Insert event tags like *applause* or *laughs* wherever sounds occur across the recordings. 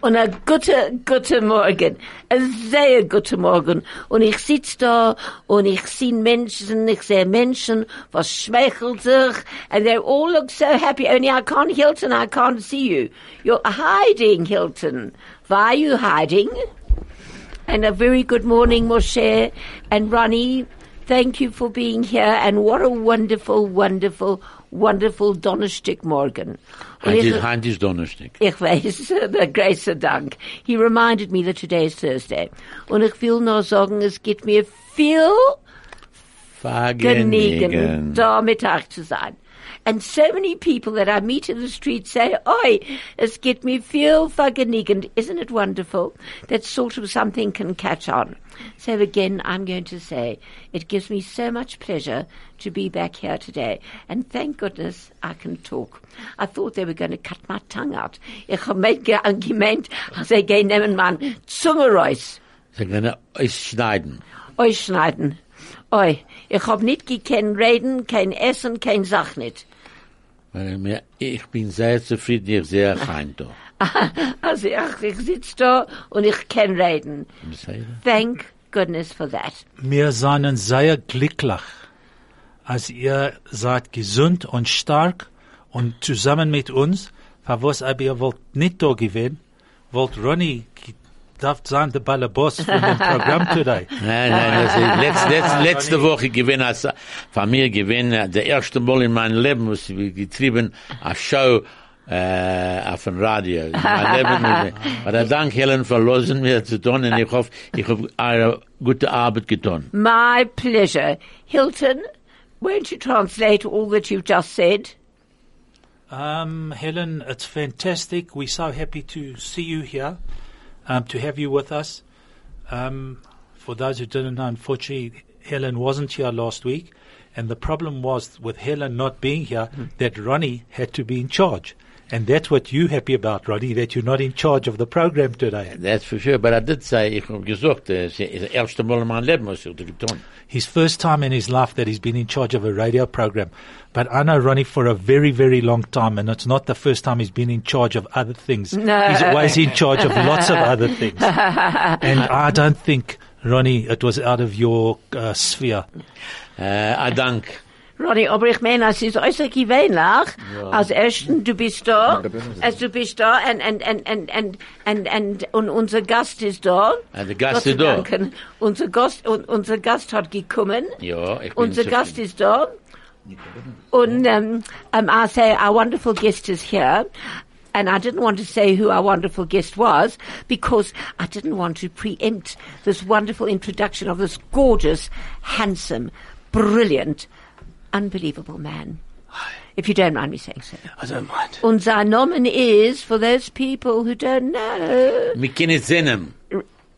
und ein guter, guter Morgen. Ein sehr guter Morgen. Und ich sitz da und ich sehe Menschen, ich sehe Menschen, was schmeichelt sich. And they all look so happy. Only I can't, Hilton, I can't see you. You're hiding, Hilton. Why are you hiding? And a very good morning, Moshe and Ronnie. Thank you for being here. And what a wonderful, wonderful, wonderful Donnerstigmorgen. Hand is, hand is Donnerstag. Ich weiß, *laughs* der große Dank. He reminded me that today is Thursday. Und ich will nur sagen, es geht mir viel Genügen, Vergnügen. da mit euch zu sein. And so many people that I meet in the street say, Oi, es geht mir viel vergnügend. Isn't it wonderful that sort of something can catch on? So again, I'm going to say, it gives me so much pleasure to be back here today. And thank goodness I can talk. I thought they were going to cut my tongue out. Ich habe mir ge- gemeint, sie gehen nehmen meine Zunge raus. Sie können es schneiden. euch schneiden. Oi, ich hab nicht gekannt reden, kein Essen, kein Sach nicht. Weil mir- Ich bin sehr zufrieden, ich sehe kein da. Also ich, ich sitz da und ich kann reden. Thank goodness for that. Wir seien sehr glücklich, als ihr seid gesund und stark und zusammen mit uns, für was aber ihr wollt nicht da gewesen, wollt Ronny ge- darf sein der Ballerboss für dem Programm today. Nein, nein, das ist letzt, letzt, letzte Woche gewinn, als, von mir gewinn, äh, der erste Mal in meinem Leben, was ich getrieben, a Show, äh, auf dem Radio. In meinem Leben, äh, aber dank Helen verlassen mir zu tun, und ich hoffe, ich habe eine gute Arbeit getan. My pleasure. Hilton, won't you translate all that you've just said? Um, Helen, it's fantastic. We're so happy to see you here, um, to have you with us. Um, for those who didn't know, unfortunately, Helen wasn't here last week, and the problem was with Helen not being here that Ronnie had to be in charge. And that's what you happy about, Ronnie, that you're not in charge of the program today. That's for sure, but I did say, ich habe gesagt, äh, es ist das erste Mal in meinem Leben, was ich das getan. His first time in his life that he's been in charge of a radio program. But I know Ronnie for a very, very long time, and it's not the first time he's been in charge of other things. *laughs* No. He's always in charge of lots of *laughs* other things. And I don't think, Ronnie, it was out of your uh, sphere. Äh, I dank. Ronny, aber ich meine, es ist äußerst gewöhnlich. Als ersten, du bist da, als du bist da, und, und, und, und, und, und, und, und unser Gast ist da. Ah, der Gast Gott sei ist da. Dank. Unser Gast, un, unser Gast hat gekommen. Ja, ich bin Unser zufrieden. Gast ist da. Und um, um, I say our wonderful guest is here. And I didn't want to say who our wonderful guest was because I didn't want to preempt this wonderful introduction of this gorgeous, handsome, brilliant, unbelievable man. If you don't mind me saying so. I don't mind. Und sein Name is, for those people who don't know, Wir können es sehen.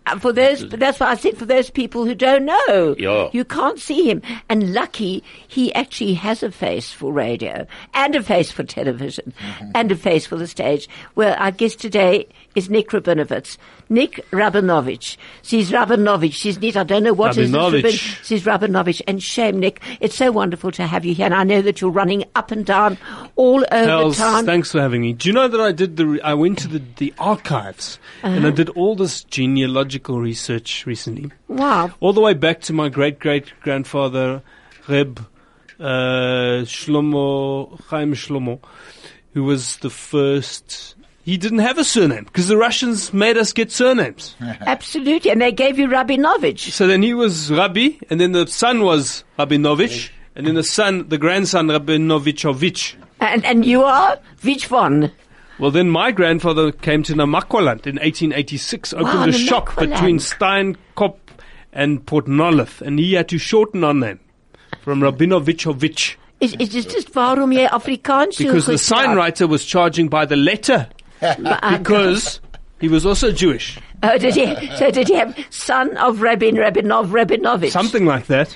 uh, for those, that's why I said for those people who don't know. Yeah. You can't see him. And lucky, he actually has a face for radio and a face for television and a face for the stage. Well, our guest today is Nick Rabinovitz. Nick Rabinovich. She's Rabinovich. She's neat. I don't know what is this Rabinovich. Rabin- She's Rabinovich. And shame, Nick. It's so wonderful to have you here. And I know that you're running up and down all over Pals, town. thanks for having me. Do you know that I did the? Re- I went to the, the archives and I did all this genealogical research recently, wow. all the way back to my great great grandfather, Reb uh, Shlomo Chaim Shlomo, who was the first. He didn't have a surname because the Russians made us get surnames. Absolutely. And they gave you Rabinovich. So then he was Rabbi, and then the son was Rabinovich, and then the son, the grandson, Rabinovichovich. And, and you are? Which one? Well, then my grandfather came to Namaqualand in 1886, opened Wow, a shop Namaqualand. between Steinkop and Port Nolloth, and he had to shorten our name *laughs* from Rabinovichovich Is, is this just warum jy Afrikaans so because the goed sign praat? ah, writer was charging by the letter because he was also Jewish, Oh, did he, so did he have son of Rabin Rabinov Rabinovich? something like that.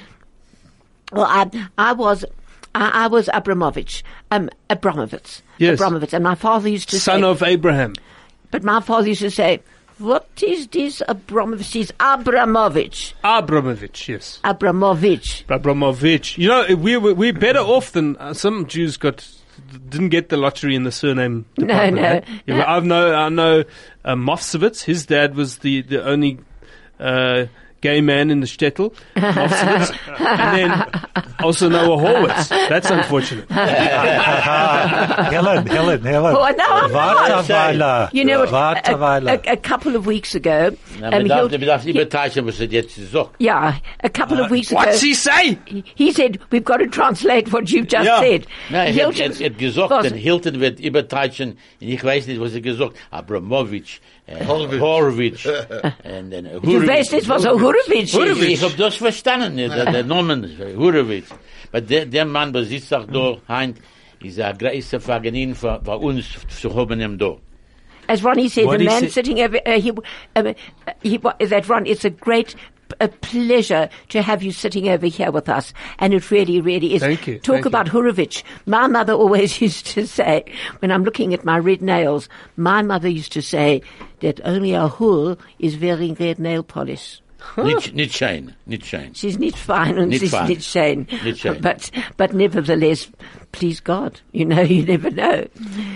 Well, I, I was, I, I was Abramovich, um, Abramovitz, Yes. Abramovitz, and my father used to Son say, of Abraham. but my father used to say, what is this Abramovich? It's Abramovich, Abramovich, yes. Abramovich. Abramovich. You know, we, we, we're better off than uh, some Jews got didn't get the lottery in the surname. *laughs* No, department, no. eh? Yeah, but I've know I know uh, Mofsovitz. His dad was the the only uh, gay man in the shtetl. *laughs* Mofsovitz, and then also Noah Horwitz. That's unfortunate. Ah, Helen, Helen, Helen. Oh, no, I'm not. Warte weile. You know, what? Warte a, weile. a- a couple of weeks ago, Na, um, man darf- he'll- man darf nicht he- beteiligen, was er jetzt gesagt. yeah, a couple of weeks ago, What's he say? he said, we've got to translate what you've just Yeah. said. Na, er hat- Hilton- er hat gesagt, was- denn Hilton wird überteilen, und ich weiß nicht, was er gesagt hat. Abramovich, *laughs* äh, Horowitz, und dann du Horowitz. weißt nicht, was ein Hurovich Ich- Ich ist. hab das verstanden, nicht, der, der Name, eh, Horowitz. Aber der, der Mann besitzt auch da, Heint, ist ein großer Vergnügen für, für uns zu haben ihm da. As Ronnie said, What the he man said- sitting over, uh, he, um, uh, he, wa- that Ron, it's a great a pleasure to have you sitting over here with us. And it really, really is. Thank you, Talk thank you. about Hurovich. My mother always *laughs* used to say, when I'm looking at my red nails, my mother used to say that only a Hur is wearing red nail polish. Nicht, nicht schön, nicht schön. She's not fine and Niet she's fine. not shane. Niet shane. *laughs* But, but nevertheless, please God, you know, *laughs* you never know.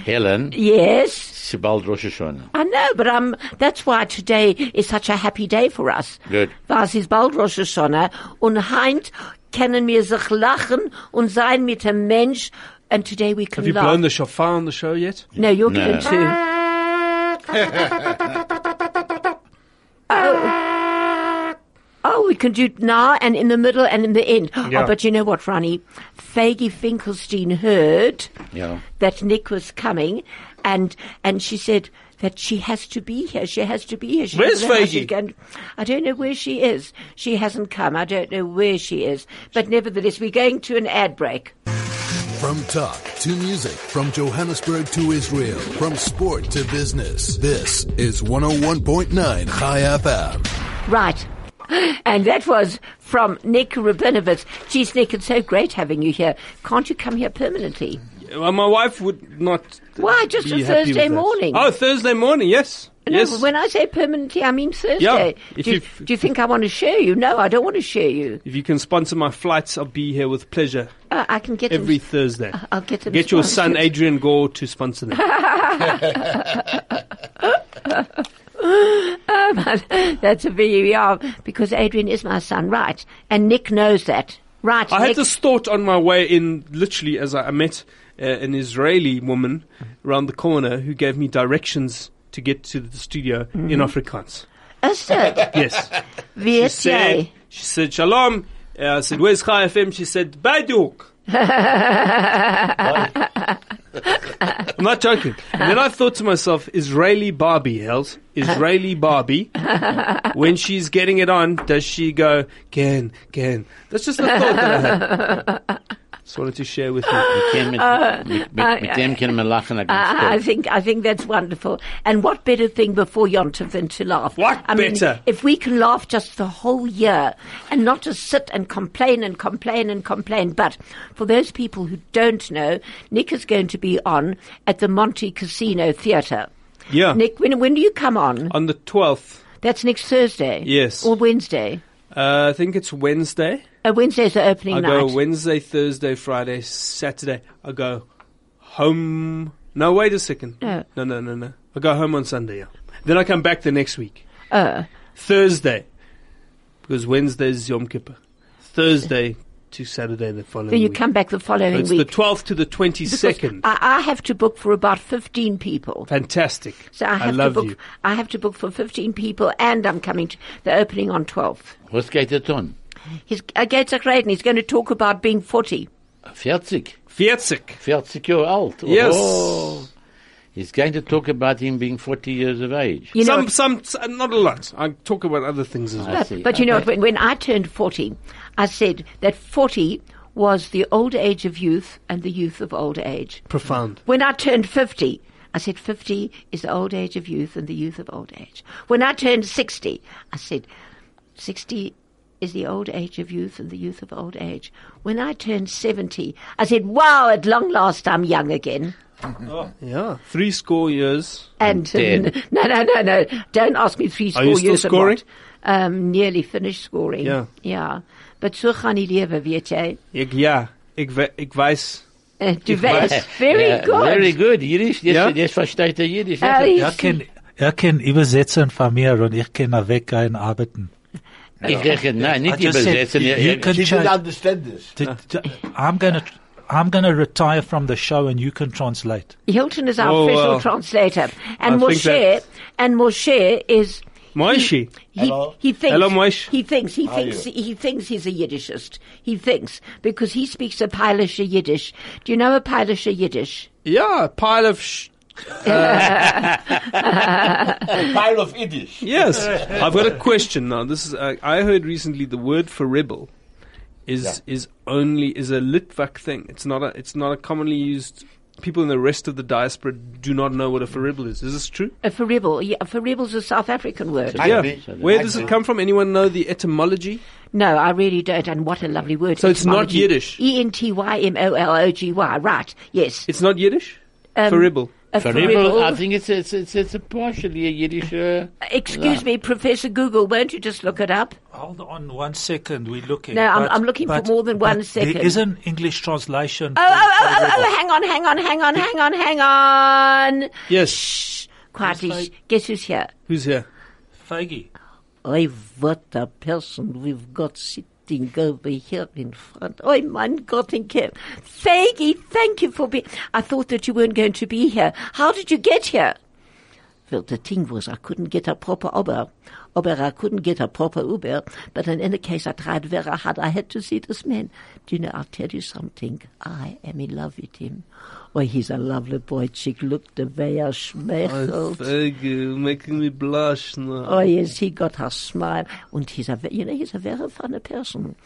Helen, Yes. sie bald Rosh Hashanah. I know, but um, that's why today is such a happy day for us. Good. Weil es ist bald Rosh Hashanah und heint können wir sich lachen und sein mit dem Mensch. And today we can Have you laugh. blown the shofar on the show yet? no, you're No. going to. Oh, we can do it now and in the middle and in the end. Yeah. Oh, but you know what, Ronnie? Faggy Finkelstein heard Ja. that Nick was coming, and and she said that she has to be here. She has to be here. She Where's doesn't know how Faggy? she's going- I don't know where she is. She hasn't come. I don't know where she is. But nevertheless, we're going to an ad break. From talk to music, from Johannesburg to Israel, from sport to business. This is 101.9 High FM. Right. And that was from Nick Rabinovitz. Geez, Nick, it's so great having you here. Can't you come here permanently? Well, my wife would not. Why, just be on happy Thursday with that. morning. Oh, Thursday morning. Yes. No, yes. when I say permanently, I mean Yeah, Thursday. if do, you, you've- do you think I want to share you? No, I don't want to share you. if you can sponsor my flights, I'll be here with pleasure Uh, I can get every them. Thursday. Uh, I'll get them. Get your son sponsored. Adrian Gore to *laughs* sponsor them. *laughs* That's a very yeah, because Adrian is my son, right? And Nick knows that, right? I Nick? had this thought on my way in, literally, as I I met uh, an Israeli woman around the corner who gave me directions to get to the studio in Mm-hmm. Afrikaans. *laughs* Is it? *laughs* Yes. Wie she is jy? said, she said, Shalom. Uh, I said, Where's Chai FM? She said, Baduk. I'm not joking. And then I thought to myself, Israeli Barbie, Hells. Israeli Barbie. when she's getting it on, does she go, Ken, Ken? That's just a thought that I had. Just wanted to share with you. Mit, mit, Ah, mit, mit, mit dem können wir lachen, ein ganz I I kurz. think I think that's wonderful. And what better thing before Yontif than to laugh? What I better? Mean, if we can laugh just the whole year and not just sit and complain and complain and complain. But for those people who don't know, Nick is going to be on at the Monte Casino Theatre. Yeah. Nick, when when do you come on? On the 12th, That's next Thursday. Yes. Or Wednesday. uh, I think it's Wednesday. Uh, Wednesday's the opening I night. go Wednesday, Thursday, Friday, Saturday. I go home. No, wait a second. No. no, no, no. no. I go home on Sunday. Yeah. Then I come back the next week. Oh, Thursday, because Wednesday's Yom Kippur. Thursday to Saturday the following. Then you week. come back the following It's the week. twelfth to the twenty Because second. I, I have to book for about fifteen people. Fantastic. So I have love to book. you. I have to book for fifteen people, and I'm coming to the opening on twelfth. Was geht er tun? He's uh, Gates are great, and he's going to talk about being forty. 40, Vierzig. 40 Jahre alt. Yes. Oh. He's going to talk about him being 40 years of age. You know, some, some, some, not a lot. I talk about other things as well. I see. But you know, Okay. what, when, when I turned 40, I said that 40 was the old age of youth and the youth of old age. Profound. When I turned 50, I said 50 is the old age of youth and the youth of old age. When I turned 60, I said 60 is the old age of youth and the youth of old age. When I turned 70, I said, wow, at long last I'm young again. Yeah, three score years. And *laughs* Dead. no, no, no, no. Don't ask me three score you still years of scoring? what. Um, nearly finished scoring. Yeah. Yeah. But so gaan die lewe, weet jy. Eh, Ik, ja, ik, we- ik weiß. *laughs* Duvet is very Yeah, good. Very good. Yiddish. Yes, Ja? yes, versteht er Yiddish. Ah, Yes. ich- Er kann, er kann übersetzen von mir und ich kann weggehen arbeiten. Ich rechne, nein, nicht I just said, übersetzen. you- Er- you er- can He didn't change. understand this. T- t- I'm gonna, I'm gonna retire from the show and you can translate. Hilton is our Oh, official wow. translator, and I think Moshe, that's- and Moshe is. Moishi. He, Hello? he thinks Hello, Moish. he thinks he are thinks he thinks he's a Yiddishist. He thinks because he speaks a Pilisher Yiddish. Do you know a Pilisher Yiddish? Yeah, pile *laughs* of sh- A pile of Yiddish. Yes. I've got a question now. This is uh, I heard recently the word for rebel is is only is a Litvak thing. It's not a it's not a commonly used people in the rest of the diaspora do not know what a rebel is. Is this true? A for rebel, yeah, for rebel's a South African word. I yeah. agree. Where does I it agree. come from? Anyone know the etymology? No, I really don't. And what a lovely word! So it's not Etymology. Yiddish? E n t y m o l o g y. Right? Yes. It's not Yiddish? Um, for rebel. A For Rebel, I think it's it's it's, it's a partially a Yiddish. Uh, Excuse me, Professor Google. Won't you just look it up? Hold on one second, we're looking. No, I'm- I'm looking for more than one but second. There is an English translation. Oh, oh, oh, oh, oh, hang on, hang on, hang on, hang on, hang on. Yes. Shh, quietly. Who's shh. Guess who's here? Who's here? Faggy. Oh, what a person we've got sitting over here in front. Oh, mein Gott in Kev. Faggy, thank you for being. I thought that you weren't going to be here. How did you get here? Well, the thing was, I couldn't get a proper Uber. Uber, I couldn't get a proper Uber. But in any case, I tried very hard. I had to see this man. Do you know, I'll tell you something. I am in love with him. Oh, he's a lovely boy, chick. Look the way I schmeckled. making me blush now. Oh yes, he got her smile, and he's a ve- you know he's a very funny person.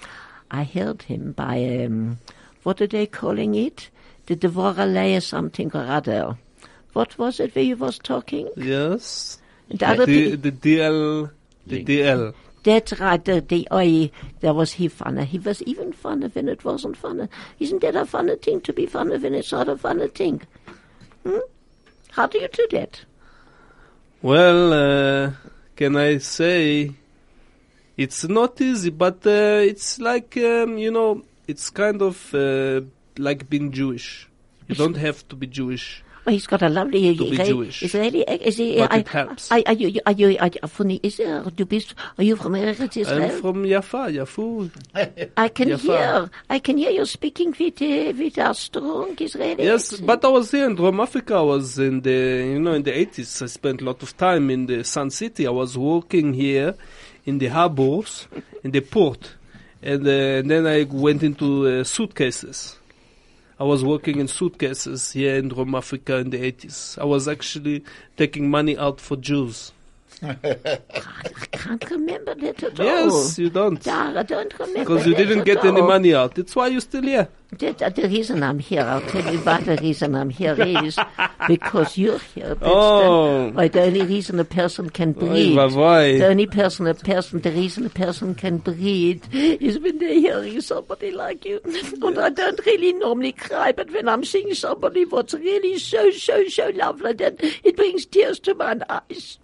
I heard him by um, what are they calling it? The Devoralaya something or other. What was it where you was talking? Yes. And the other Uh, the, people, the DL. The Link. DL. that's right. The, the oi, there was he funny. He was even funny when it wasn't funny. Isn't that a funny thing to be funny when it's not a funny thing? Hmm? How do you do that? Well, uh, can I say it's not easy, but uh, it's like um, you know, it's kind of uh, like being Jewish. You don't have to be Jewish. Oh, he's got a lovely To be Israeli, Jewish. Israeli. Is he? But I, it helps. I, are you? Are you? Are you funny? Is there? Du bist? Are you from Eretz I'm Israel? from Jaffa, Yafu. I can Yes, hear. I can hear you speaking with uh, with a strong Israeli. Yes, accent. but I was here in Rome, Africa. I was in the you know in the eighties. I spent a lot of time in the Sun City. I was working here in the harbors, in the port, and, uh, then I went into uh, suitcases. I was working in suitcases here in Rome, Africa in the eighties. I was actually taking money out for Jews. I can't remember that at Yes, all. you don't. Yeah, I don't remember. Because you that didn't at get any all. money out. That's why you're still here. That, uh, the reason I'm here, I'll tell you why the reason I'm here *laughs* is because you're here. That's Oh. the, oh, the only reason a person can Oy, breathe. vey, vey. The only person, a person, the reason a person can breathe is when they're hearing somebody like you. And I don't really normally cry, but when I'm seeing somebody what's really so, so, so lovely, then it brings tears to my eyes.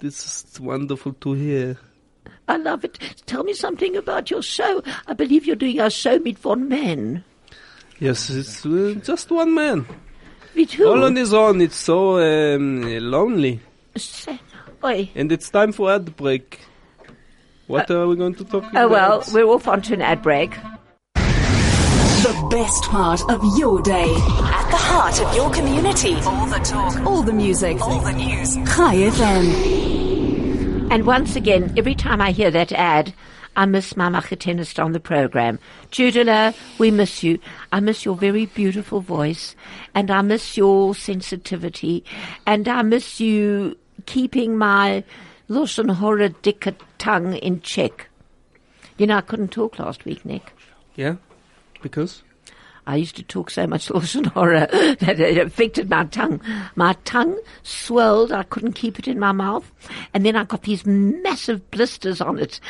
This is wonderful to hear. I love it. Tell me something about your show. I believe you're doing a show with one man. Yes, it's uh, just one man. With who? All on his own. It's so um, lonely, Sa- Oi. and it's time for ad break. What are we going to talk about? Oh well, we're off onto an ad break. The best part of your day. At the heart of your community. All the talk. All the music. All the news. Hi FM. And once again, every time I hear that ad, I miss Mama Tennis on the program. Judela, we miss you. I miss your very beautiful voice, and I miss your sensitivity, and I miss you keeping my Lawson horror dicker tongue in check. You know, I couldn't talk last week, Nick. Yeah, because I used to talk so much Lawson horror *laughs* that it affected my tongue. My tongue swelled. I couldn't keep it in my mouth. And then I got these massive blisters on it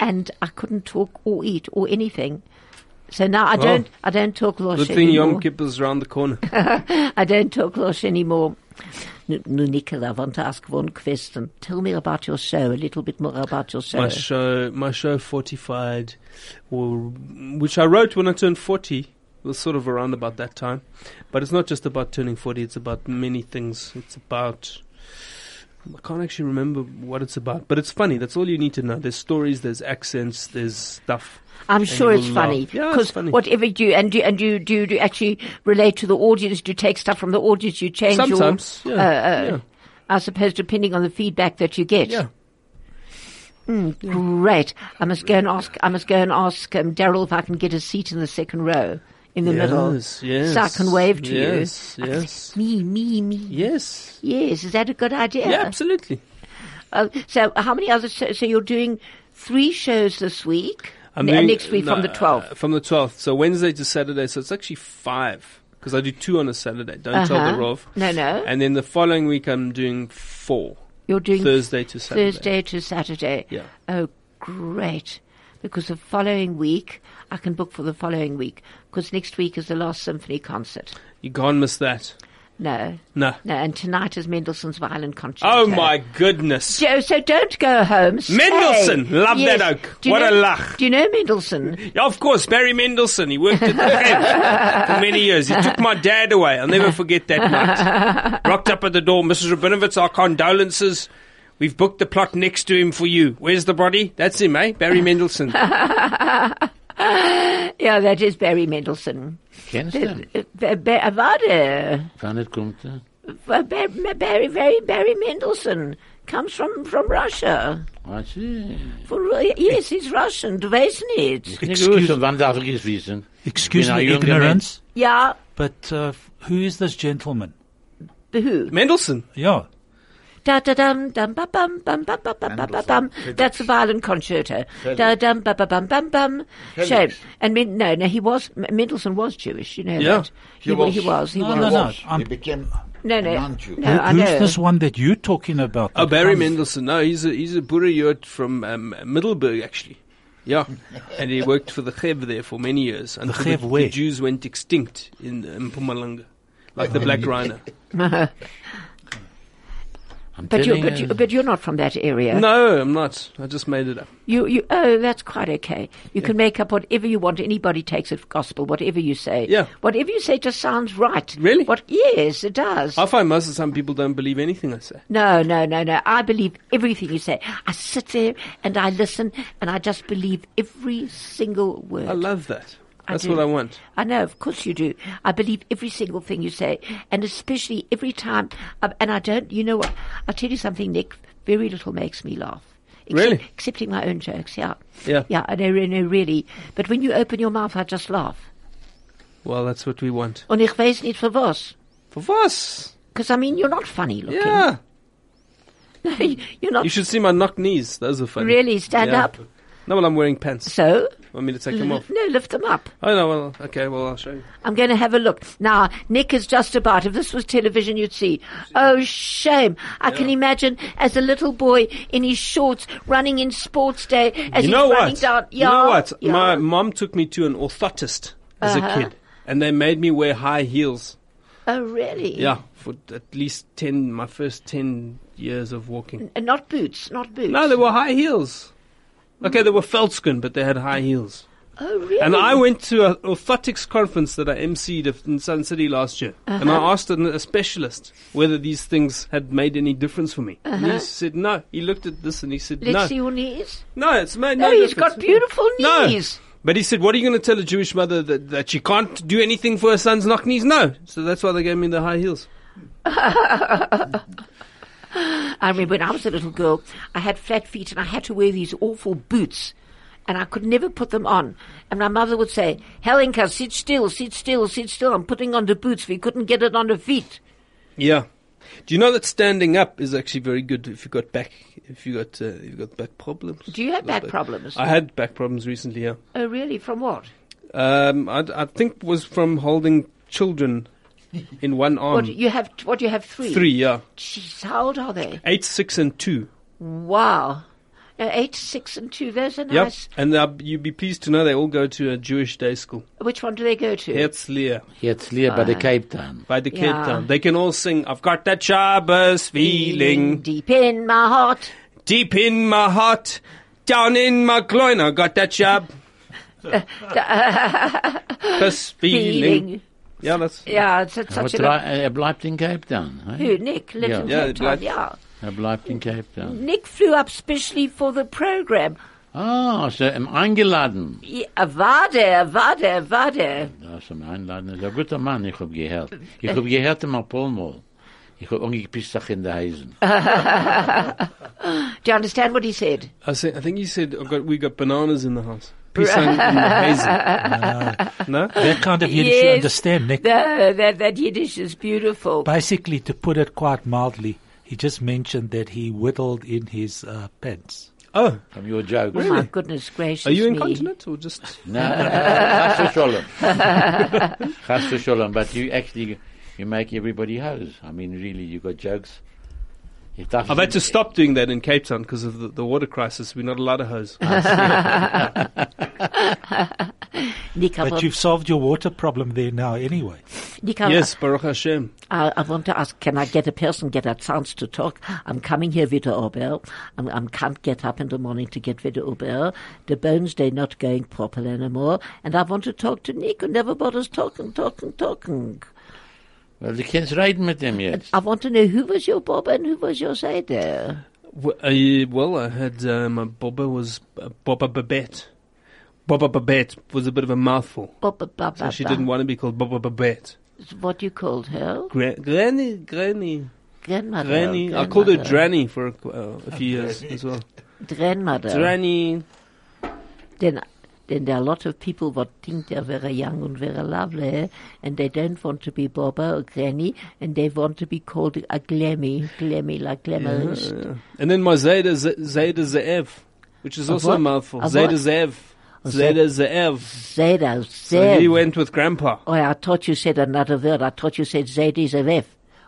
and I couldn't talk or eat or anything. So now I don't, I don't talk Oh. good Lawson thing Yom anymore. Kippur's round the corner. I don't talk Lawson anymore. N- No, Nicola, I want to ask one question. Tell me about your show, a little bit more about your show. my show, my show, Fortified, w- which I wrote when I turned forty. was sort of around about that time. But it's not just about turning 40, it's about many things. It's about. I can't actually remember what it's about, but it's funny. That's all you need to know. There's stories, there's accents, there's stuff. I'm and sure you it's will funny laugh. Yeah, it's because funny. whatever you do and do and you do you do actually relate to the audience. Do you take stuff from the audience? You change your- Sometimes, yeah, uh, uh, yeah. I suppose depending on the feedback that you get. Yeah. Mm, Great. I must go and ask. I must go and ask um, Daryl if I can get a seat in the second row, in the middle, Yes, yes, so I can wave to yes, you. I can yes. say, Me, me, me. Yes. Yes. Is that a good idea? Yeah, absolutely. Uh, so how many other? So, so you're doing three shows this week. I'm Ne- doing- next week from no, the 12th. uh, From the 12th. So Wednesday to Saturday. So it's actually five because I do two on a Saturday. Don't tell Uh-huh. the Rov. No, no. And then the following week I'm doing four. You're doing Thursday to Saturday. Thursday to Saturday. Yeah. Oh, great. Because the following week, I can book for the following week. Because next week is the last symphony concert. You can't miss that. No. No. No, and tonight is Mendelssohn's violin concerto. Oh my goodness. So, so don't go home. Stay. Mendelssohn. Love Yes. that oak. Do you What know, a lach. Do you know Mendelssohn? Yeah, of course, Barry Mendelssohn. He *laughs* worked at the Rand for many years. He took my dad away. I'll never forget that *laughs* night. Rocked up at the door. Mrs. Rabinovitz, our condolences. We've booked the plot next to him for you. Where's the body? That's him, eh? *laughs* Barry Mendelssohn. Yeah, that is Barry Mendelssohn. Kennst du? ihn? Uh, Ba- Ba- Warte. Wann er kommt äh? er? Ba- Ba- Barry, Barry, Barry Mendelssohn comes from, from Russia. Ah, sie. For, uh, yes, he's Russian, du weißt nicht. Nicht Excuse- gewusst, wann darf ich es wissen? Excuse Bin ein my junger ignorance, Yeah, but uh, f- who is this gentleman? who? Mendelssohn. Yeah. Da da dum dum ba bum bum ba ba ba ba ba bum. That's the violin concerto. Da dum ba ba bum bum bum. Shame. And Men- no, no, he was M- Mendelssohn was Jewish. You know Yeah. that. He, wa- he was. He No, was. no, no. He I'm- became No, a no. non-Jew. No. I Who- know. who's this one that you're talking about? Oh, that Barry comes- Mendelssohn. No, he's a, he's a Burayot from um, Middleburg, actually. Yeah, *laughs* and he worked for the Chev there for many years until Chev the, where? the Jews went extinct in, in Pumalanga, like the Black Rhino. I'm But you're, telling but, you, but you're not from that area. No, I'm not. I just made it up. You, you, oh, that's quite okay. You can make up whatever you want. Anybody takes it for gospel, whatever you say. Yeah. Whatever you say just sounds right. Really? What? Yes, it does. I find most of the time people don't believe anything I say. No, no, no, no. I believe everything you say. I sit there and I listen and I just believe every single word. I love that. I That's do. what I want. I know, of course you do. I believe every single thing you say, and especially every time. Um, and I don't, you know what? I'll tell you something, Nick. Very little makes me laugh. Except- Really? Excepting my own jokes, yeah. Yeah. Yeah, I know, I know, really. But when you open your mouth, I just laugh. Well, that's what we want. Und ich weiß nicht für was. For us. Because, I mean, you're not funny looking. Yeah. *laughs* you're not You should see my knock knees. Those are funny. really stand Yeah. up. No, well, I'm wearing pants. So, Want me to take them off? no, lift them up. Oh, no, well, okay, well, I'll show you. I'm going to have a look. Now, Nick is just about. If this was television, you'd see. Oh, shame. I can imagine as a little boy in his shorts running in sports day as he's you know running what? down. Yeah, you know what? yeah. Uh-huh. My mom took me to an orthotist as a kid, and they made me wear high heels. oh, really? Yeah, for at least ten, my first ten years of walking. And Uh, not boots, not boots. No, they were high heels. Okay, they were feldskin, but they had high heels. oh, really? And I went to an orthotics conference that I emceed of- in Sun City last year, and Uh-huh. I asked an, a specialist whether these things had made any difference for me. And Uh-huh. he said no. He looked at this and he said Let's no. see your knees. No, it's made No, no. Oh, he's difference. got beautiful No. knees. But he said, "What are you going to tell a Jewish mother that, that she can't do anything for her son's knock knees?" No, so that's why they gave me the high heels. I mean, when I was a little girl, I had flat feet and I had to wear these awful boots. And I could never put them on. And my mother would say, Helenka, sit still, sit still, sit still. I'm putting on the boots. We couldn't get it on the feet. Yeah. Do you know that standing up is actually very good if you got back if you got uh, if you got back problems? Do you have Got back problems? I had back problems recently. Yeah, Oh, really? From what? um, I, I think was from holding children in one arm. what you have? What you have? Three. Three, yeah, Jeez, how old are they? eight, six, and two. Wow. No, eight, six, and two. Those are Yep, nice. and uh, you'd be pleased to know they all go to a Jewish day school. Which one do they go to? Herzliya. Jetzt lieber bei der Ah. Cape Town. by the Cape Yeah. Town. They can all sing, I've got that Shabbos feeling Deep in my heart. deep in my heart, down in my groin. I got that Shab. *laughs* Das Feeling. Feeling. Ja, das. Ja, es hat Aber such drei, a... er bleibt eh, in Cape Town. eh? Who, Nick? Little yeah. Ja. Ja, bleibt- ja. Er bleibt in Cape Town. Nick flew up specially for the program. Ah, so im eingeladen. Ja, war der, war der, war der. Ja, so im einladen. Er ist ein guter Mann, ich hab gehört. Ich hab gehört ihm ein paar Mal. Ich hab angepisst sich in der Heisen. Ah. Do you understand what he said? I, say, I think you said I got, we got bananas in the house. Pisang in *laughs* the hazel. No? That kind of Yiddish you Yes. understand, Nick. No, that, that Yiddish is beautiful. Basically, to put it quite mildly, he just mentioned that he whittled in his uh, pants. Oh, From your joke. Oh, My goodness gracious are you me. incontinent or just? Chas *laughs* v'sholem. Chas v'sholem. But you actually, you make everybody hose. I mean, really, you got jokes. You tough- I've had to stop doing that in Cape Town because of the, the water crisis. We're not allowed to hose. Nick, I But want, you've solved your water problem there now, anyway. Nick, I- *laughs* yes, Baruch Hashem. I, I want to ask, can I get a person, get a chance to talk? I'm coming here with the Ober. I am can't get up in the morning to get with the Ober. The bones, they're not going proper anymore. And I want to talk to Nick, who never bothers talking, talking, talking. Well, the kids ride with them yet. I want to know who was your Bob and who was your Zayda. W- I, well, I had uh, my Boba was uh, Boba Babette. Boba Babette was a bit of a mouthful. Bob, Bob, Bob, So she Bob. didn't want to be called Boba Babette. It's What you called her? Gra- granny, Granny, Grandmother. Granny. I called her grandmother. Dranny for a, qu- uh, a few years as well. Grandmother. Dranny. Then, then there are a lot of people what think they're very young and very lovely, and they don't want to be Boba or Granny, and they want to be called a glammy, glammy like glamorous. Uh, Yeah. And then my Zayda, Z- Zayda Zaev, which is A also what? a mouthful. A Zayda what? Zaev. Zay- Zayda Zaev. Zeta, So he Zev. went with Grandpa. Oh, I thought you said another word. I thought you said Zed is a ref.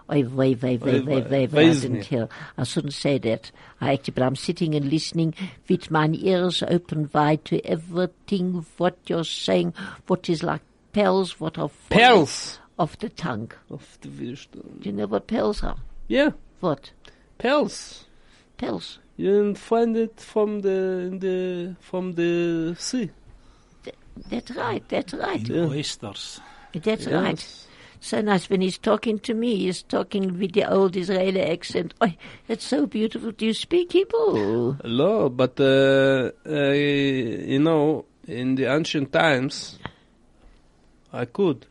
Oi, vey, vey, vey, vey, Oi, vey, vey, vey, I weiß didn't nicht. hear. I shouldn't say that. I actually, but I'm sitting and listening with my ears open wide to everything what you're saying, what is like pearls, what are falling Pearls. of the tongue. Auf die Widerstand. Do you know what pearls are? Yeah, What? pearls. Pearls. You can find it from the in the from the sea. That's right, that's right, Yeah. Oysters. that's right. So nice when he's talking to me, he's talking with the old Israeli accent. Oh, it's so beautiful. Do you speak Hebrew? Hello, but uh, uh, you know, in the ancient times, I could.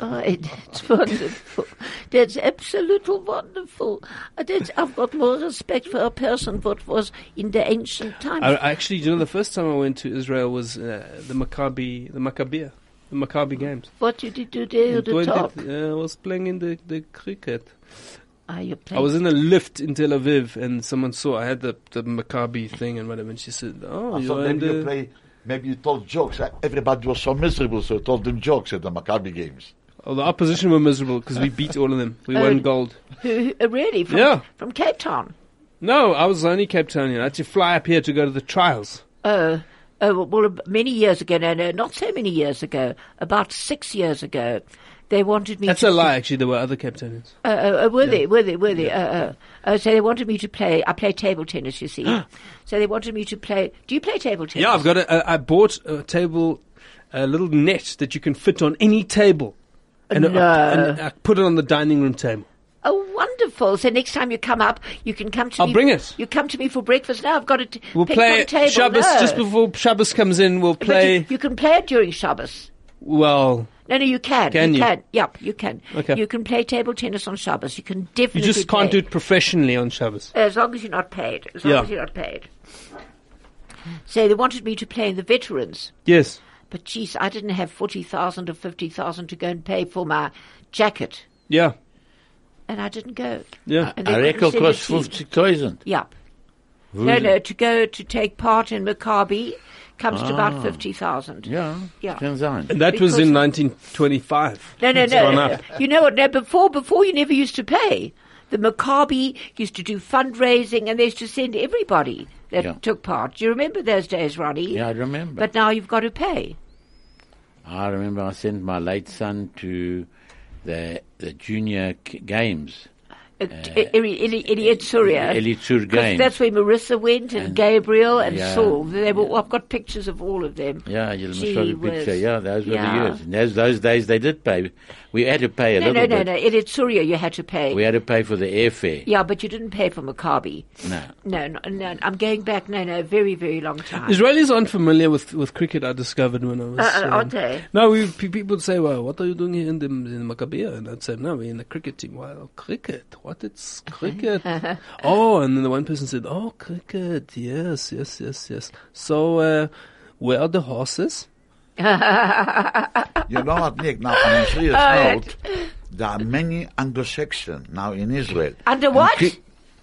Oh, that's wonderful. That's absolutely wonderful. Uh, That's, I've got more respect for a person what was in the ancient times. I, I actually, you know, the first time I went to Israel was uh, the Maccabi, the Maccabiah, the Maccabi games. what did you do there at the Twenty- top? uh, I was playing in the, the cricket. Ah, you I was in a lift in Tel Aviv, and someone saw I had the, the Maccabi thing and whatever, and she said, "Oh, I you're thought in maybe you the." play, maybe you told jokes. Uh, Everybody was so miserable, so you told them jokes at the Maccabi games. Oh, the opposition were miserable because we beat all of them. *laughs* We won Oh. gold. Who, who- really? From, Yeah. from Cape Town? No, I was only Cape Townian. I had to fly up here to go to the trials. Oh, oh, well, many years ago. No, no, not so many years ago. About six years ago, they wanted me. That's to a lie, actually. There were other Cape Townians. Uh, uh, uh, were they? Were they? Were they? Uh, uh, uh, so they wanted me to play. I play table tennis, you *gasps* see. so they wanted me to play. Do you play table tennis? *laughs* Yeah, I've got a. I I bought a table, a little net that you can fit on any table, and, I- I, No. and I put it on the dining room table. Oh, wonderful! So next time you come up, you can come to I'll me. bring it. You come to me for breakfast. Now I've got it. We'll ping play pong table. Shabbos no. just before Shabbos comes in. We'll But play. You, you can play it during Shabbos. well, No, no, you can. Can you? can. Yep, you can. Okay. You can play table tennis on Shabbos. You can you definitely. just can't do play. it professionally on Shabbos. As long as you're not paid. As long Yeah. as you're not paid. So they wanted me to play in the veterans. Yes. But geez, I didn't have 40,000 or 50,000 to go and pay for my jacket. Yeah. And I didn't go. Yeah. And they A couldn't record send costs it to you. 50,000. Yep. No, no, to go to take part in Maccabi comes to about 50,000. Ah. Yeah, Yeah. can sein. And that was Because- in 1925. No, no, It's gone no. up. You know what? No, before, before you never used to pay. The Maccabi used to do fundraising and they used to send everybody that Yeah. took part. Do you remember those days, Ronnie? Yeah, I remember. But now you've got to pay. I remember I sent my late son to the the junior k- games Uh, Eli Eli- Eli Etzuria. Eli Tzur 'Cause Gain. That's where Marissa went and, Gabriel and yeah, Saul. They were, I've got pictures of all of them. Yeah, you'll must Gee have a whiz. picture. Yeah, those were Yeah. the years. And those, those days they did pay. We had to pay a No, no, little no, bit. no. Eli Etzuria you had to pay. We had to pay for the airfare. yeah, but you didn't pay for Maccabi. No. No, no, no. I'm going back, no, no, a very, very long time. Israelis aren't familiar with, with cricket. I discovered when I was. Uh, uh, aren't um, they? No, we, pe- people would say, "Well, what are you doing here in the in Maccabiah?" And I'd say, "No, we're in the cricket team." Well, cricket? What? *laughs* It's cricket. oh, and then the one person said, "Oh, cricket. Yes, yes, yes, yes." So, uh, where are the horses? You know what, Nick? Now, I'm serious note. There are many Anglo-Saxons now in Israel. Under And what? ki-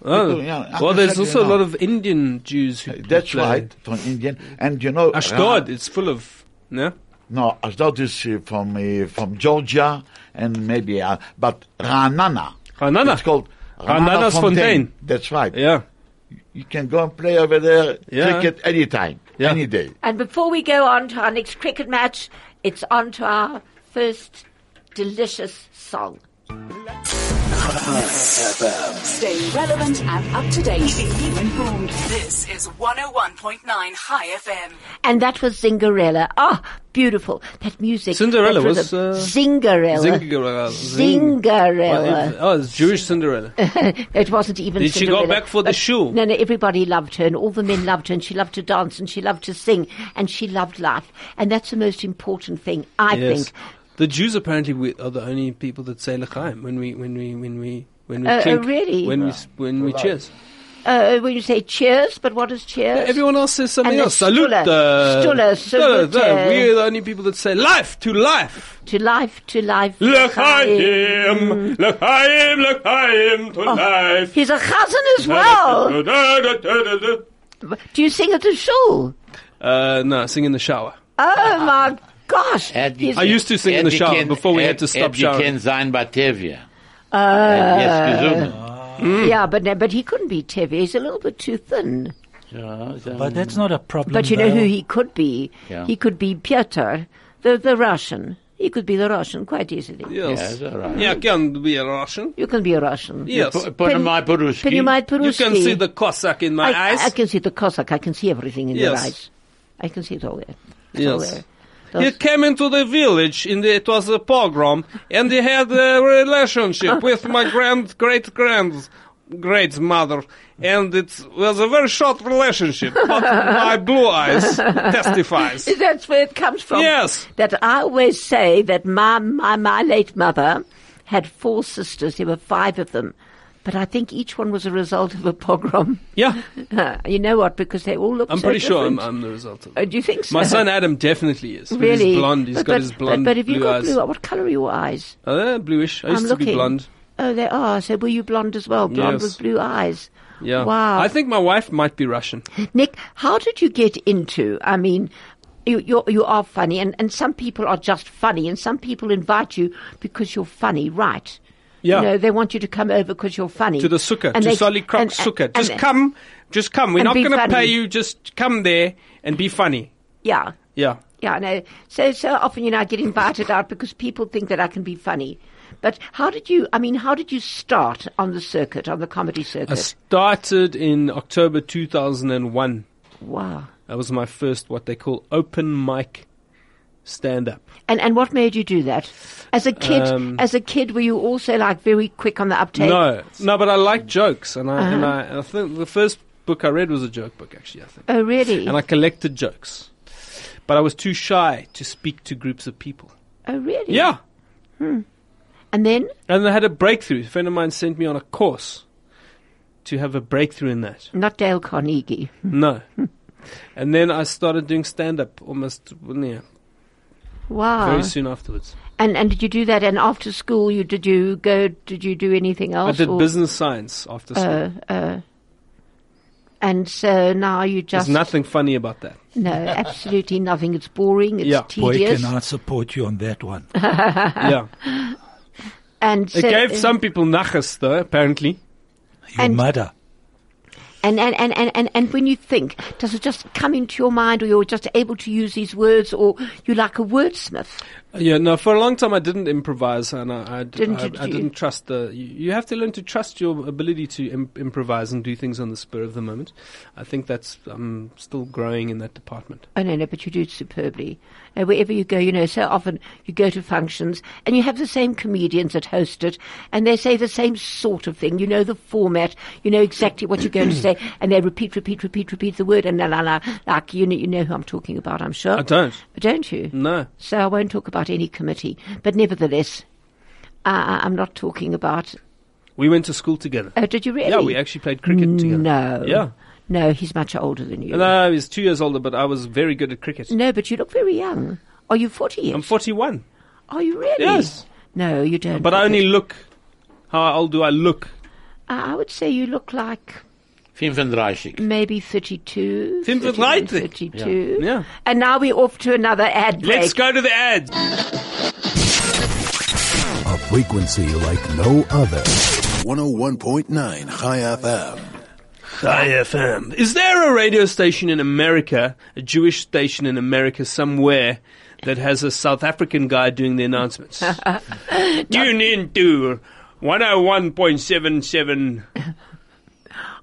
Oh, People, yeah, well, there's Anglo-Saxon, also a you lot know. Uh, of Indian Jews. Who That's play. right, from Indian. And you know, Ashdod. It's full of. No, No, Ashdod is uh, from uh, from Georgia and maybe, uh, but Ranana. Ranana. It's called Ranana's Fontaine. That's right. yeah. You can go and play over there, Yeah. cricket anytime, Yeah. any day. And before we go on to our next cricket match, it's on to our first delicious song. Stay relevant and up to date. Keeping you informed. This is 101.9 High FM. And that was Zingarella. Ah, beautiful. That music. Cinderella that was, rhythm. uh, Zingarella. Zingarella. Zing- Zingarella. Oh, it's Jewish Cinderella. It wasn't even. Did she go Cinderella. back for the But- shoe? No, no. Everybody loved her, and all the men loved her, and she loved to dance, and she loved to sing, and she loved life, and that's the most important thing, I think. The Jews apparently we are the only people that say l'chaim when we when we when we when we Oh, oh, clink, really? when we s- when we cheers. Uh, when you say cheers, but what is cheers? Everyone else says something Uh, And else. the Salute. Stulle. uh, Stulle, Stulle, salute, no, uh, We're the only people that say life to life. to life, to life. L'chaim, l'chaim, l'chaim to Oh. life. He's a cousin as well. Do you sing at the shul? Uh, no, sing in the shower. Oh my gosh! Had- He's- I used to sing in the Had shower die Ken- before we had to stop die Ken showering. sein bei Tevye. Uh, Had yes gesungen. yeah, but no, but he couldn't be Tevi. He's a little bit too thin. Ja, so- But that's not a problem. But you know who though. he could be? Yeah. He could be Piotr, the the Russian. He could be the Russian quite easily. Yeah, Yes. it's all right. Yeah, can be a Russian. You can be a Russian. Yes. P- put on my Purushki. Понимает You can по-русски. see the Cossack in my I, eyes. I, I can see the Cossack. I can see everything in your Yes. eyes. I can see it all there. It's all Yes. there. He Those- came into the village in the, it was a pogrom, and he had *laughs* a relationship with my grand great grand great mother, and it was a very short relationship. But my *laughs* blue eyes testifies. That's where it comes from. Yes. That I always say that my, my, my late mother had four sisters. There were five of them. But I think each one was a result of a pogrom. Yeah, *laughs* you know what? Because they all look I'm so pretty sure I'm, different. I'm the result *laughs* of Uh, it. do you think so? My son Adam definitely is. but really? he's blonde. He's but, got but- his blonde But, but if you blue got eyes. blue, what color are your eyes? Uh, bluish. I used I'm to looking. be blonde. Oh, they are. So were you blonde as well? Blonde Yes. with blue eyes. Yeah. Wow. I think my wife might be Russian. Nick, how did you get into? I mean, you you're, you are funny, and, and some people are just funny, and some people invite you because you're funny, right? Yeah. You know, they want you to come over because you're funny. to the sukkah, And to they- Solly and- Croc's sukkah. and- Just and- come, just come. We're and not be going to pay funny. you. Just come there and be funny. Yeah. Yeah. Yeah, I know. So, so often, you know, I get invited out because people think that I can be funny. But how did you, I mean, how did you start on the circuit, on the comedy I circuit? started in October 2001. wow. That was my first what they call open mic stand up. And, and what made you do that? As a kid, Um, as a kid, were you also like very quick on the uptake? No, no, but I like jokes, and I and Uh-huh. I, I think the first book I read was a joke book actually. I think, Oh, really? and I collected jokes, but I was too shy to speak to groups of people. oh, really? Yeah. And then? And I had a breakthrough. A friend of mine sent me on a course to have a breakthrough in that. Not Dale Carnegie. No. Hmm. and then I started doing stand up almost well, yeah, Wow. Ah. very soon afterwards. And and did you do that? And after school, you did you go? Did you do anything I else? did or- business science after school. Uh, And so now you just There's nothing funny about that. *laughs* No, absolutely nothing. It's boring. It's Yeah. Boy, Boy, tedious. can I support you on *laughs* that one? yeah. and It so, uh, gave some people nachas, though, apparently. Your And- mother. And, and, and, and, and, and when you think, does it just come into your mind or you're just able to use these words or you're like a wordsmith? Uh, Yeah, no. For a long time, I didn't improvise, and I, I, d- Didn't I- you- I didn't trust the. You, you have to learn to trust your ability to Im- improvise and do things on the spur of the moment. I think that's I'm still growing in that department. Oh no, no, but you do it superbly. Uh, wherever you go, you know, so often you go to functions and you have the same comedians that host it and they say the same sort of thing. You know the format, you know exactly what you're going to say and they repeat, repeat, repeat, repeat the word and la la la. Like, you know, you know who I'm talking about, I'm sure. I don't. Don't you? No. So I won't talk about any committee. But nevertheless, I, I- I'm not talking about, We went to school together. oh, did you really? Yeah, we actually played cricket together. No. Yeah. No, he's much older than you. No, he's two years older, but I was very good at cricket. No, but you look very young. Are you 40 yet? I'm 41, Are you really? Yes. No, you don't. but I only look. How old do I look? I I would say you look like 35. maybe 32. 35. 32. Yeah. And now we're off to another ad break. Let's go to the ads. A frequency like no other. 101.9 High FM. Hi FM. Is there a radio station in America, a Jewish station in America somewhere, that has a South African guy doing the announcements? Tune in to 101.77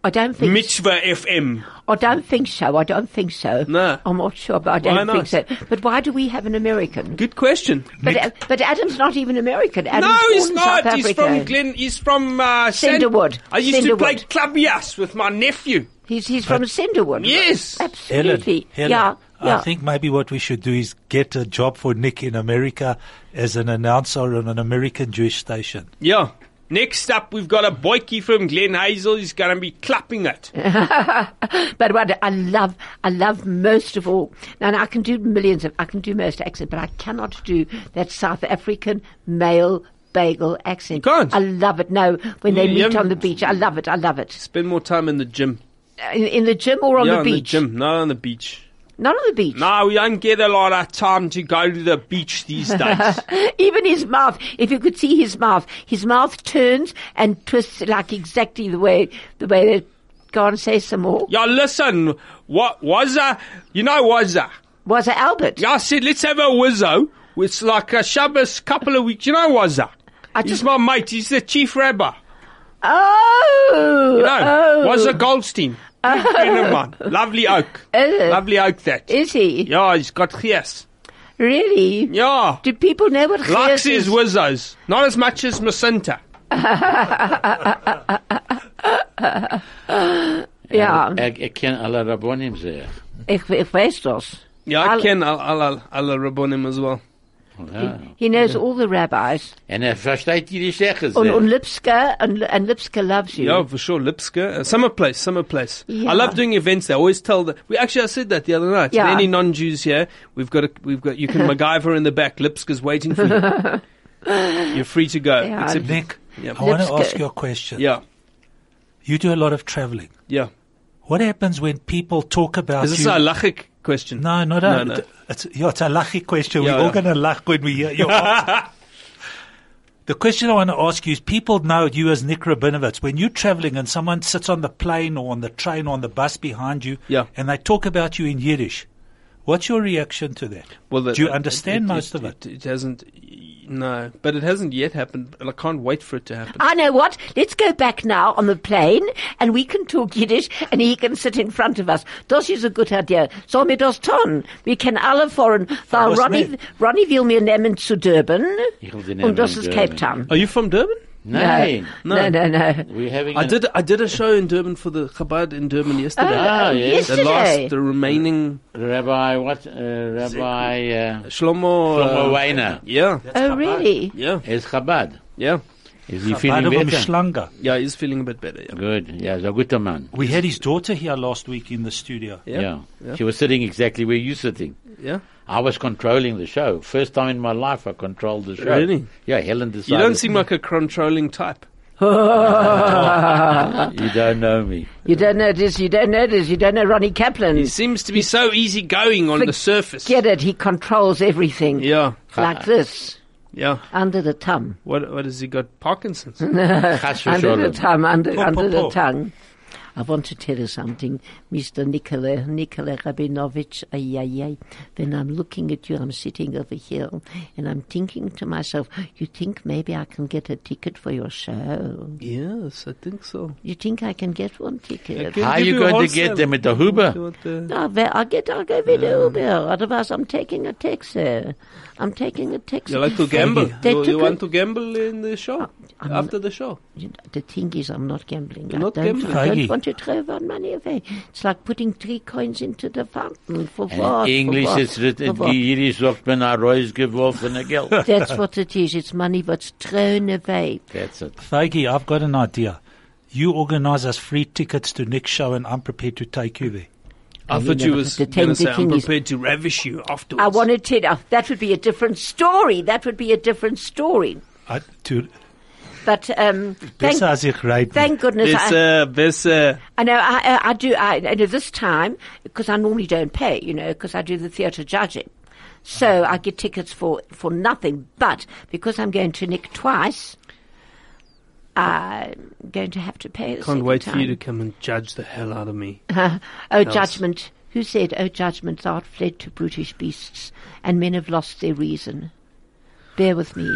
I don't think. Mitzvah FM. I don't think so. I don't think so. No. I'm not sure, but I don't Why not? think so. But why do we have an American? Good question. But, uh, but Adam's not even American. Adam's no, born he's in not. South He's Africa. from Glen. He's from uh, San- Cinderwood. I used to play Cinderwood. club yas with my nephew. He's, he's from Cinderwood. Yes. Helen, Absolutely. Helen, yeah. yeah. I think maybe what we should do is get a job for Nick in America as an announcer on an American Jewish station. Yeah. Next up, we've got a boykie from Glen Hazel. He's going to be clapping it. But what I love, I love most of all, and I can do millions of, I can do most accents, but I cannot do that South African male bagel accent. You can't? I love it. No, when they You meet haven't- on the beach, I love it. I love it. Spend more time in the gym. In, in the gym or on yeah, the on the beach? gym, not on the beach. Not on the beach. No, we don't get a lot of time to go to the *laughs* beach these days. *gasps* Even his mouth, if you could see his mouth, his mouth turns and twists like exactly the way, the way they go on say some more. yeah, listen, what was that? You know, was that? Was it Albert? Yeah, I said, let's have a wizzo. It's like a Shabbos couple of weeks. You know, was that? I He's just- my mate. He's the chief rabbi. Oh! No, oh. was a *laughs* Goldstein. Good friend of mine. Lovely oak. Oh. Lovely oak, that. Is he? yeah, he's got chias. Really? Yeah. Do people know what Likes Geus his is? wizzos. Not as much as Macinta. Ja, Er, er kennt alle Rabbonim sehr. ich, ich weiß das. Yeah, I I'll- can. I'll, I'll, I'll, I'll rub on him as well. Ja. He knows all the rabbis. Und er versteht die Sache Und, sehr. und Lipska, and, and Lipska loves you. Yeah, for sure. Lipska. Uh, summer place, summer place. Yeah. I love doing events there. I always tell the we actually I said that the other night. Yeah. Any non Jews here, we've got a we've *laughs* got you can MacGyver in the back, Lipska's waiting for you. You're free to go. Yeah. Except Nick, Yeah. I want Let's to go. ask you a question. Yeah. You do a lot of traveling. Yeah. What happens when people talk about Is this you? a halachic question? no, not No, a, no. It's, yeah, it's a lucky question. Yeah, We're all yeah. going to laugh when we hear *laughs* your answer. The question I want to ask you is people know you as Nick Rabinovitz. When you're traveling and someone sits on the plane or on the train or on the bus behind you Yeah. and they talk about you in Yiddish, what's your reaction to that? the- Do you understand most of It, hasn't. No, but it hasn't yet happened, and I can't wait for it to happen. I know Ah, what. Let's go back now on the plane and we can talk Yiddish and he can sit in front of us. Das ist a good idea. Sollen wir das tun? Wir können alle fahren, weil was Ronnie, nicht? Ronnie will mir nehmen zu Durban. Ich will sie nehmen Und das in ist Durban. Cape Town. Are you from Durban? Nein. No, no, no. We're having I an- did. I did a show in Durban for the Chabad in Durban yesterday. Ah, yes. the last, Yesterday. the remaining Rabbi, what? Uh, Rabbi uh, Shlomo. Shlomo uh, Weiner. yeah, Oh, really? yeah, Er ist Chabad. yeah. Is he Adam feeling better? Schlanger. Yeah, he's feeling a bit better. Yeah. Good. Yeah, he's a guter Mann. We had his daughter here last week in the studio. Yeah. Yeah. Yeah. She was sitting exactly where you're sitting. Yeah. I was controlling the show. First time in my life I controlled the show. Really? Yeah, Helen decided. You don't seem like a controlling type. You don't know *laughs* me. You don't know this, you don't know this, you don't know Ronnie Kaplan. He seems to be so easygoing on the surface. Get it? He controls everything. Yeah, Like this. yeah. Under the tongue. What what has he got? Parkinson's. Chas Under the v'sholom. tongue. Under, Pop, under pop, the pop. tongue. I want to tell you something, Mr. Nikolai, Nikolai Rabinovich. Ay, ay, ay. When I'm looking at you, I'm sitting over here and I'm thinking to myself, you think maybe I can get a ticket for your show? Yes, I think so. You think I can get one ticket? How Give you you going to wholesale. get them with the Huber? No, ve- I'll get, I'll go with Uber. Otherwise, I'm taking a taxi. I'm taking a taxi. You like to gamble? They You, you took want a- to gamble in the show? I'm- After the show? You know, the thing is, I'm not gambling. I not don't, gambling. I don't Peggy. want to throw one money away. It's like putting three coins into the fountain. For And what? For English what? ist written, For what? die Jiddisch sagt man, ein Reus geworfene *laughs* Geld. *laughs* That's what it is. It's money what's thrown away. That's it. Feige, I've got an idea. You organise us free tickets to Nick's show, and I'm prepared to take you there. I you thought know, you the was thing- going the to say, I'm thing is- prepared to ravish you afterwards. I wanted to. Now, that would be a different story. That would be a different story. I, to But um, thank, besser als ich reden. thank goodness. I- Besser, besser. I know. I, I, I do. I, I know this time because I normally don't pay. You know, because I do the theatre judging, so Mm-hmm. I get tickets for for nothing. But because I'm going to Nick twice, I'm going to have to pay. The Can't second wait for time. you to come and judge the hell out of me. Oh, judgment! Who said, "Oh, judgment, thou art fled to brutish beasts, and men have lost their reason." Bear with me.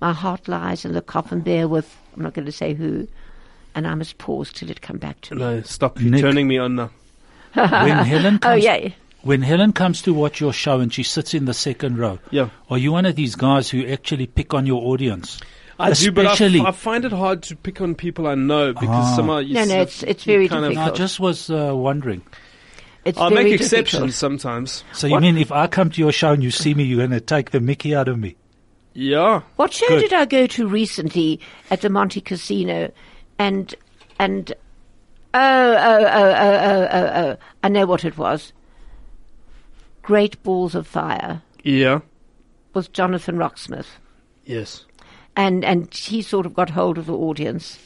My heart lies in the coffin. Bear with. I'm not going to say who, and I must pause till it come back to me. No, stop. You're Nick. turning me on now. when *laughs* Helen Oh comes, yeah. when Helen comes to watch your show and she sits in the second row, Yeah. are you one of these guys who actually pick on your audience? I do, but I, Especially- f- I find it hard to pick on people I know because Ah. somehow you No, s- no, it's- it's you very kind No, of- difficult. I just was uh, wondering. It's I very make difficult. exceptions sometimes. So you mean if I come to your show and you see me, you're going to take the Mickey out of me? Yeah. What show Good. did I go to recently at the Monte Casino? And and oh oh oh oh oh oh oh! I know what it was. Great Balls of Fire Yeah. with Jonathan Rocksmith, Yes. and and he sort of got hold of the audience.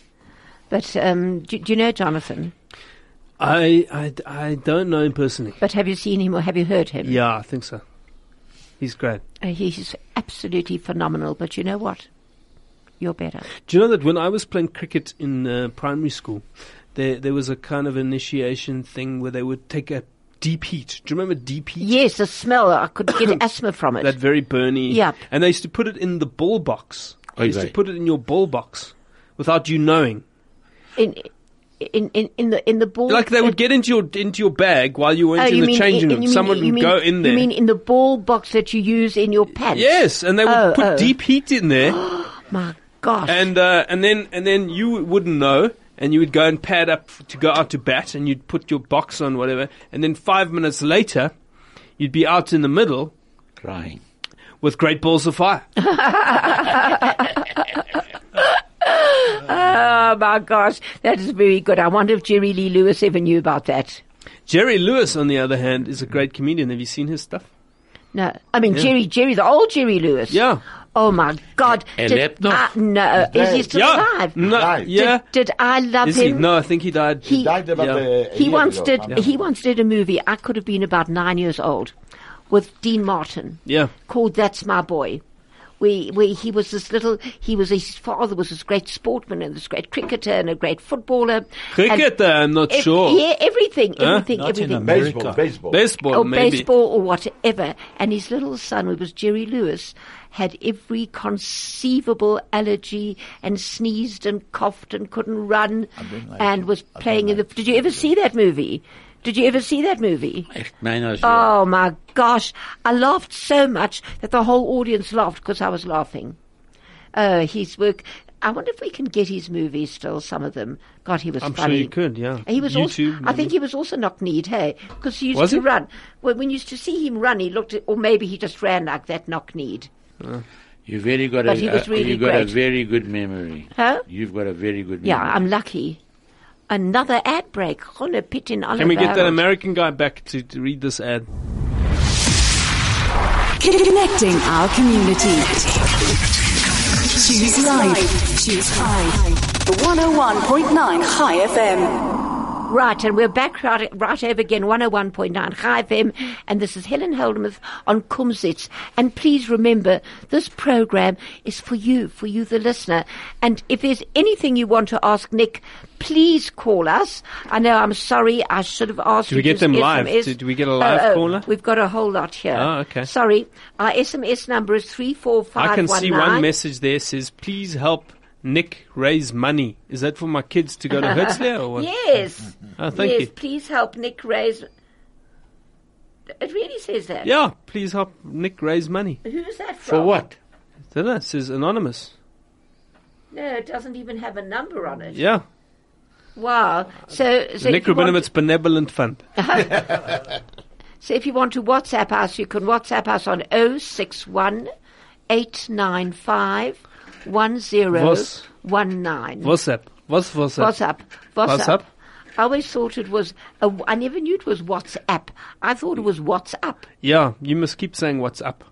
But um, do, do you know Jonathan? I, I, d- I don't know him personally. But have you seen him or have you heard him? Yeah, I think so. He's great. Uh, he's absolutely phenomenal. But you know what? You're better. Do you know that when I was playing cricket in uh, primary school, there there was a kind of initiation thing where they would take a deep heat. Do you remember deep heat? Yes, the smell. I could get *coughs* asthma from it. That very burny. Yeah. And they used to put it in the ball box. They used Okay. to put it in your ball box without you knowing. in in in, in the in the ball. Oh, Like they would get into your into your bag while you weren't in the changing room. Someone you would go in there. You mean in the ball box that you use in your pants? yes, and they would Oh, put oh. deep heat in *gasps* there. My gosh. and uh, and then and then you wouldn't know, and you would go and pad up f- to go out to bat, and you'd put your box on whatever, and then five minutes later, you'd be out in the middle Crying. with great balls *laughs* of fire. oh my gosh, that is very good. I wonder if Jerry Lee Lewis ever knew about that. Jerry Lewis, on the other hand, is a great comedian. Have you seen his stuff? No, I mean Yeah. Jerry, Jerry, the old Jerry Lewis. Yeah, Oh my God. Er Did lebt noch? I- no, is he still yeah, alive? No, Live. yeah. Did, did I love Is he? him? No, I think he died. He- Died about Yeah. a- a He year once ago, did. something. He once did a movie. I could have been about nine years old, with Dean Martin. Yeah. Called That's My Boy. Where, where he was this little, he was, his father was this great sportman and this great cricketer and a great footballer. Cricket, And uh, I'm not ev- sure. Yeah, everything, Huh? everything, Not in everything. America. Baseball, baseball. Baseball, or maybe. baseball or whatever. And his little son, who was Jerry Lewis, had every conceivable allergy and sneezed and coughed and couldn't run and was playing in the. Did you ever see that movie? Did you ever see that movie? Echt meiner Oh my gosh. I laughed so much that the whole audience laughed because I was laughing. Oh, his work. I wonder if we can get his movies still, some of them. God, he was I'm sure funny. you could, yeah. He was YouTube, also, I maybe. think he was also knock kneed, hey? Because he used Was to he? run. Well, when you used to see him run, he looked, at, or maybe he just ran like that knock kneed. You very got But he a, uh, was really you got a great. very good memory. Huh? You've got a very good memory. Yeah, I'm lucky. Another ad break. Ronnie Pitt in Can we Oliver get that Harold. American guy back to, to read this ad? Connecting our community. Choose life. Choose high. 101.9 High FM. Right, and we're back right, right over again, 101.9 High FM, and this is Helen Holdmuth on Kumsitz. And please remember, this program is for you, for you the listener. And if there's anything you want to ask Nick, please call us. I know I'm sorry, I should have asked Do we you get to them SMS. live? Do- do we get a live oh, oh, caller? We've got a whole lot here. Oh, okay. Sorry, our SMS number is 34519. I can see one message there says, "Please help Nick raise money." Is that for my kids to *laughs* go to Hertzler or what? Yes. Oh, thank yes, you. please help Nick raise. It really says that. Yeah, please help Nick raise money. Who's that from? For what? Don't know, it says anonymous. No, it doesn't even have a number on it. Yeah, Wow. So, so, Nick if you want, Rabinowitz's *laughs* benevolent fund. so if you want to WhatsApp us, you can WhatsApp us on 061 895 Vos. 1019. What's up? What's what's up? WhatsApp. WhatsApp. WhatsApp? I always thought it was, a, I never knew it was WhatsApp. I thought it was WhatsApp. Yeah, you must keep saying what's up.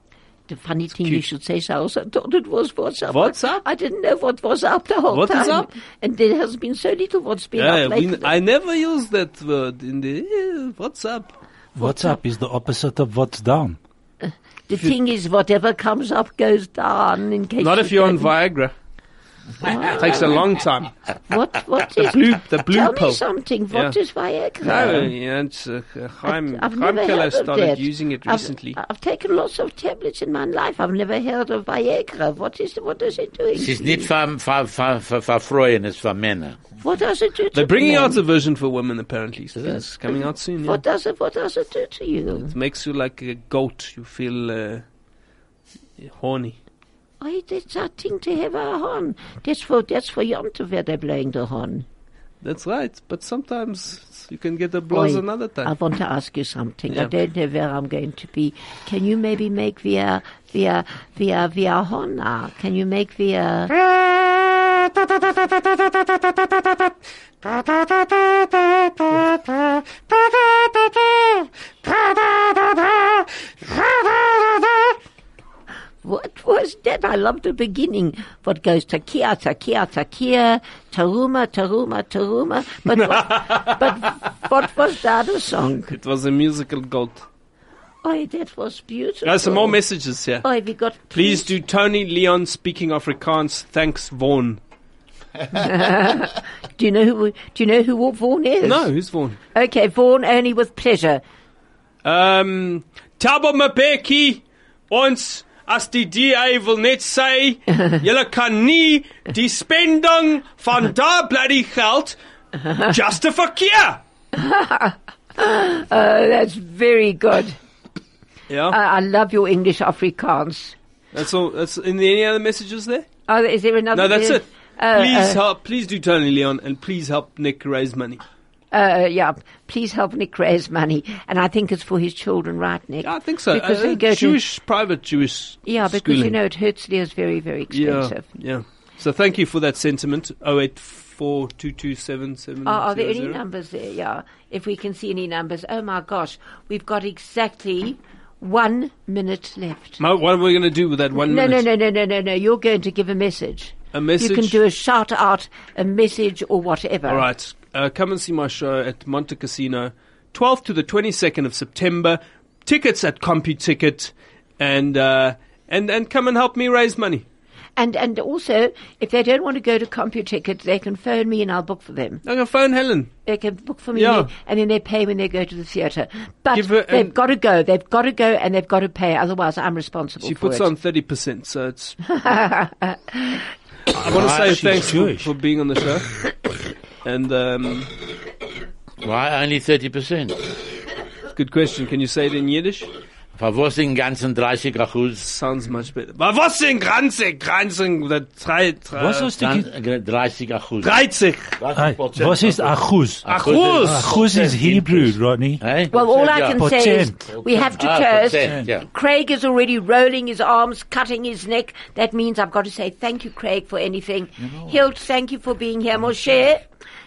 The funny thing you cute. should say, so I also thought it was WhatsApp. What's up? I didn't know what was up the whole What time. is up? And there has been so little what's been Yeah, up we, lately. I never use that word in the eh, what's up. What's up is the opposite of what's down. The thing is, whatever comes up goes down. In case Not you if you're on don't- *laughs* Viagra. Takes a long time. What? What is Blue, the blue Tell pill. me something. What Yeah. is Viagra? No, you know, it's, uh, Chaim, I've never Chaim Keller heard of started that. using it I've- recently. I've, taken lots of tablets in my life. I've never heard of Viagra. What is? What is it doing? Es ist to you? nicht für, für, für, für, für Freuen, es ist für Männer. What does it do? To They're bringing men? out a version for women, apparently. So it's coming out soon. Yeah. What does it? What does it do to you? It makes you like a goat. You feel uh, horny. I that's a thing to have a horn. That's for that's for Yonta where they're blowing the horn. That's right. But sometimes you can get a Oi, blows another time. I want to ask you something. I Yeah. don't know where I'm going to be. Can you maybe make via via via via horn now? Can you make via What was that? I love the beginning. What goes takia, takia, takia, taruma, taruma, taruma. But what, but what was the other song? It was a musical goat. Oh, that was beautiful. Guys, some more messages here. Oh, we got. Please do Tony Leon speaking Afrikaans. Thanks, Vaughn. Do you know who? Do you know who Vaughan is? No, who's Vaughn? Okay, Vaughan only with pleasure. Um, Tabo Mbeki, ons as die DA wil *laughs* net sê, julle kan nie die spending van da bloody geld justifieer. Oh, that's very good. Yeah. I, I love your English Afrikaans. That's all. That's in any other messages there? Oh, is there another? No, that's it. Uh, please uh, help. Please do Tony Leon and please help Nick raise money. Uh, yeah, please help Nick raise money, and I think it's for his children, right, Nick? Yeah, I think so. Because Uh, they go to Jewish private Jewish. yeah, because you schooling. know it hurts. is very very expensive. Yeah, yeah. So thank you for that sentiment. Oh eight four two two seven seven. Oh, Are, are there any numbers there? Yeah, if we can see any numbers. Oh my gosh, we've got exactly one minute left. Mo, what are we going to do with that one no, minute? no, no, no, no, no, no. You're going to give a message. A message? You can do a shout out, a message, or whatever. All right, uh, come and see my show at Monte Casino, twelfth to the twenty second of September. Tickets at CompuTicket, and uh, and and come and help me raise money. And and also, if they don't want to go to CompuTicket, they can phone me and I'll book for them. I'm gonna phone Helen. They can book for me, Yeah. and, they, and then they pay when they go to the theatre. But Give her- they've and- got to go. They've got to go, and they've got to pay. Otherwise, I'm responsible. She for puts it. on thirty percent, *laughs* so it's. I want to say She's thanks for, Jewish. for being on the show, and um, Why only 30%? good question. Can you say it in Yiddish? Für was den ganzen 30 Achus? Sounds much better. But was in Granzig? Granzig, the drei, drei, Was ist die... 30 eh, Achus. 30. Hey, was ist Achuz? Achus. Achuz is Hebrew, Rodney. Hey? Well, all I can say is Potent. we have to Ah, toast. potent, yeah. Craig is already rolling his arms, cutting his neck. That means I've got to say thank you, Craig, for anything. Hilt, thank you for being here. Moshe,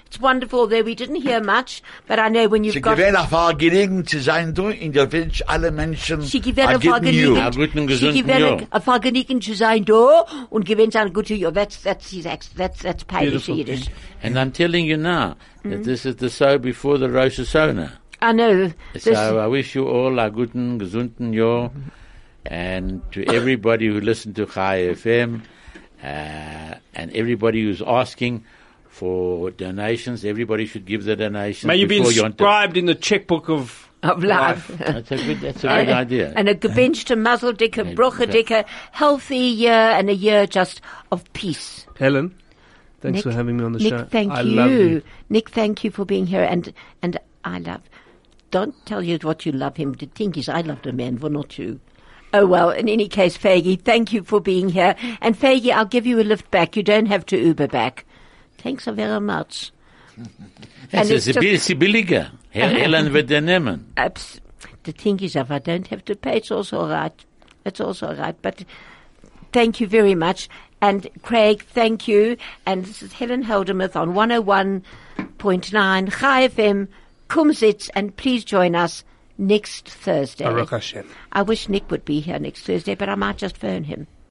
It's wonderful there. We didn't hear much, but I know when you've Sie got. gewähnt auf eine Gelegenheit zu sein, du, in der Welt alle Menschen Sie gewähren are auf getting you. A guten, Geniegen. Sie gesunden gewähren Jahr. auf Geniegen zu sein, da, und gewinnt ein gutes Jahr. That's, that's, that's, that's, that's Polish Beautiful. Yiddish. And I'm telling you now Hmm? that this is the sow before the Rosh Hashanah. I know. This, So I wish you all a guten, gesunden Jahr. And to everybody who listened to Chai FM, uh, and everybody who's asking for donations, everybody should give the donations. May you be before Yom Tov. inscribed in the checkbook of of *laughs* life. That's a good, that's *laughs* a good idea. And a gebenchte Mazeldicker, Brochedicker, healthy year and a year just of peace. Helen. Thanks Nick, for having me on the Nick, show. thank I you. love you. Nick, thank you for being here. And and I love. Don't tell you what you love him. The thing is, I love the man, well, not you. Oh well. In any case, Faggy, thank you for being here. And Faggy, I'll give you a lift back. You don't have to Uber back. Thanks so very much. Yes, it's it's a just- bit- it's billiger. Hel- Helen wird den nehmen. Abs- the thing is, if I don't have to pay, it's also all right. It's also all right. But thank you very much. And Craig, thank you. And this is Helen Holdemouth on 101.9 Chai FM. Come sit and please join us next Thursday. Baruch Hashem. I wish Nick would be here next Thursday, but I might just phone him.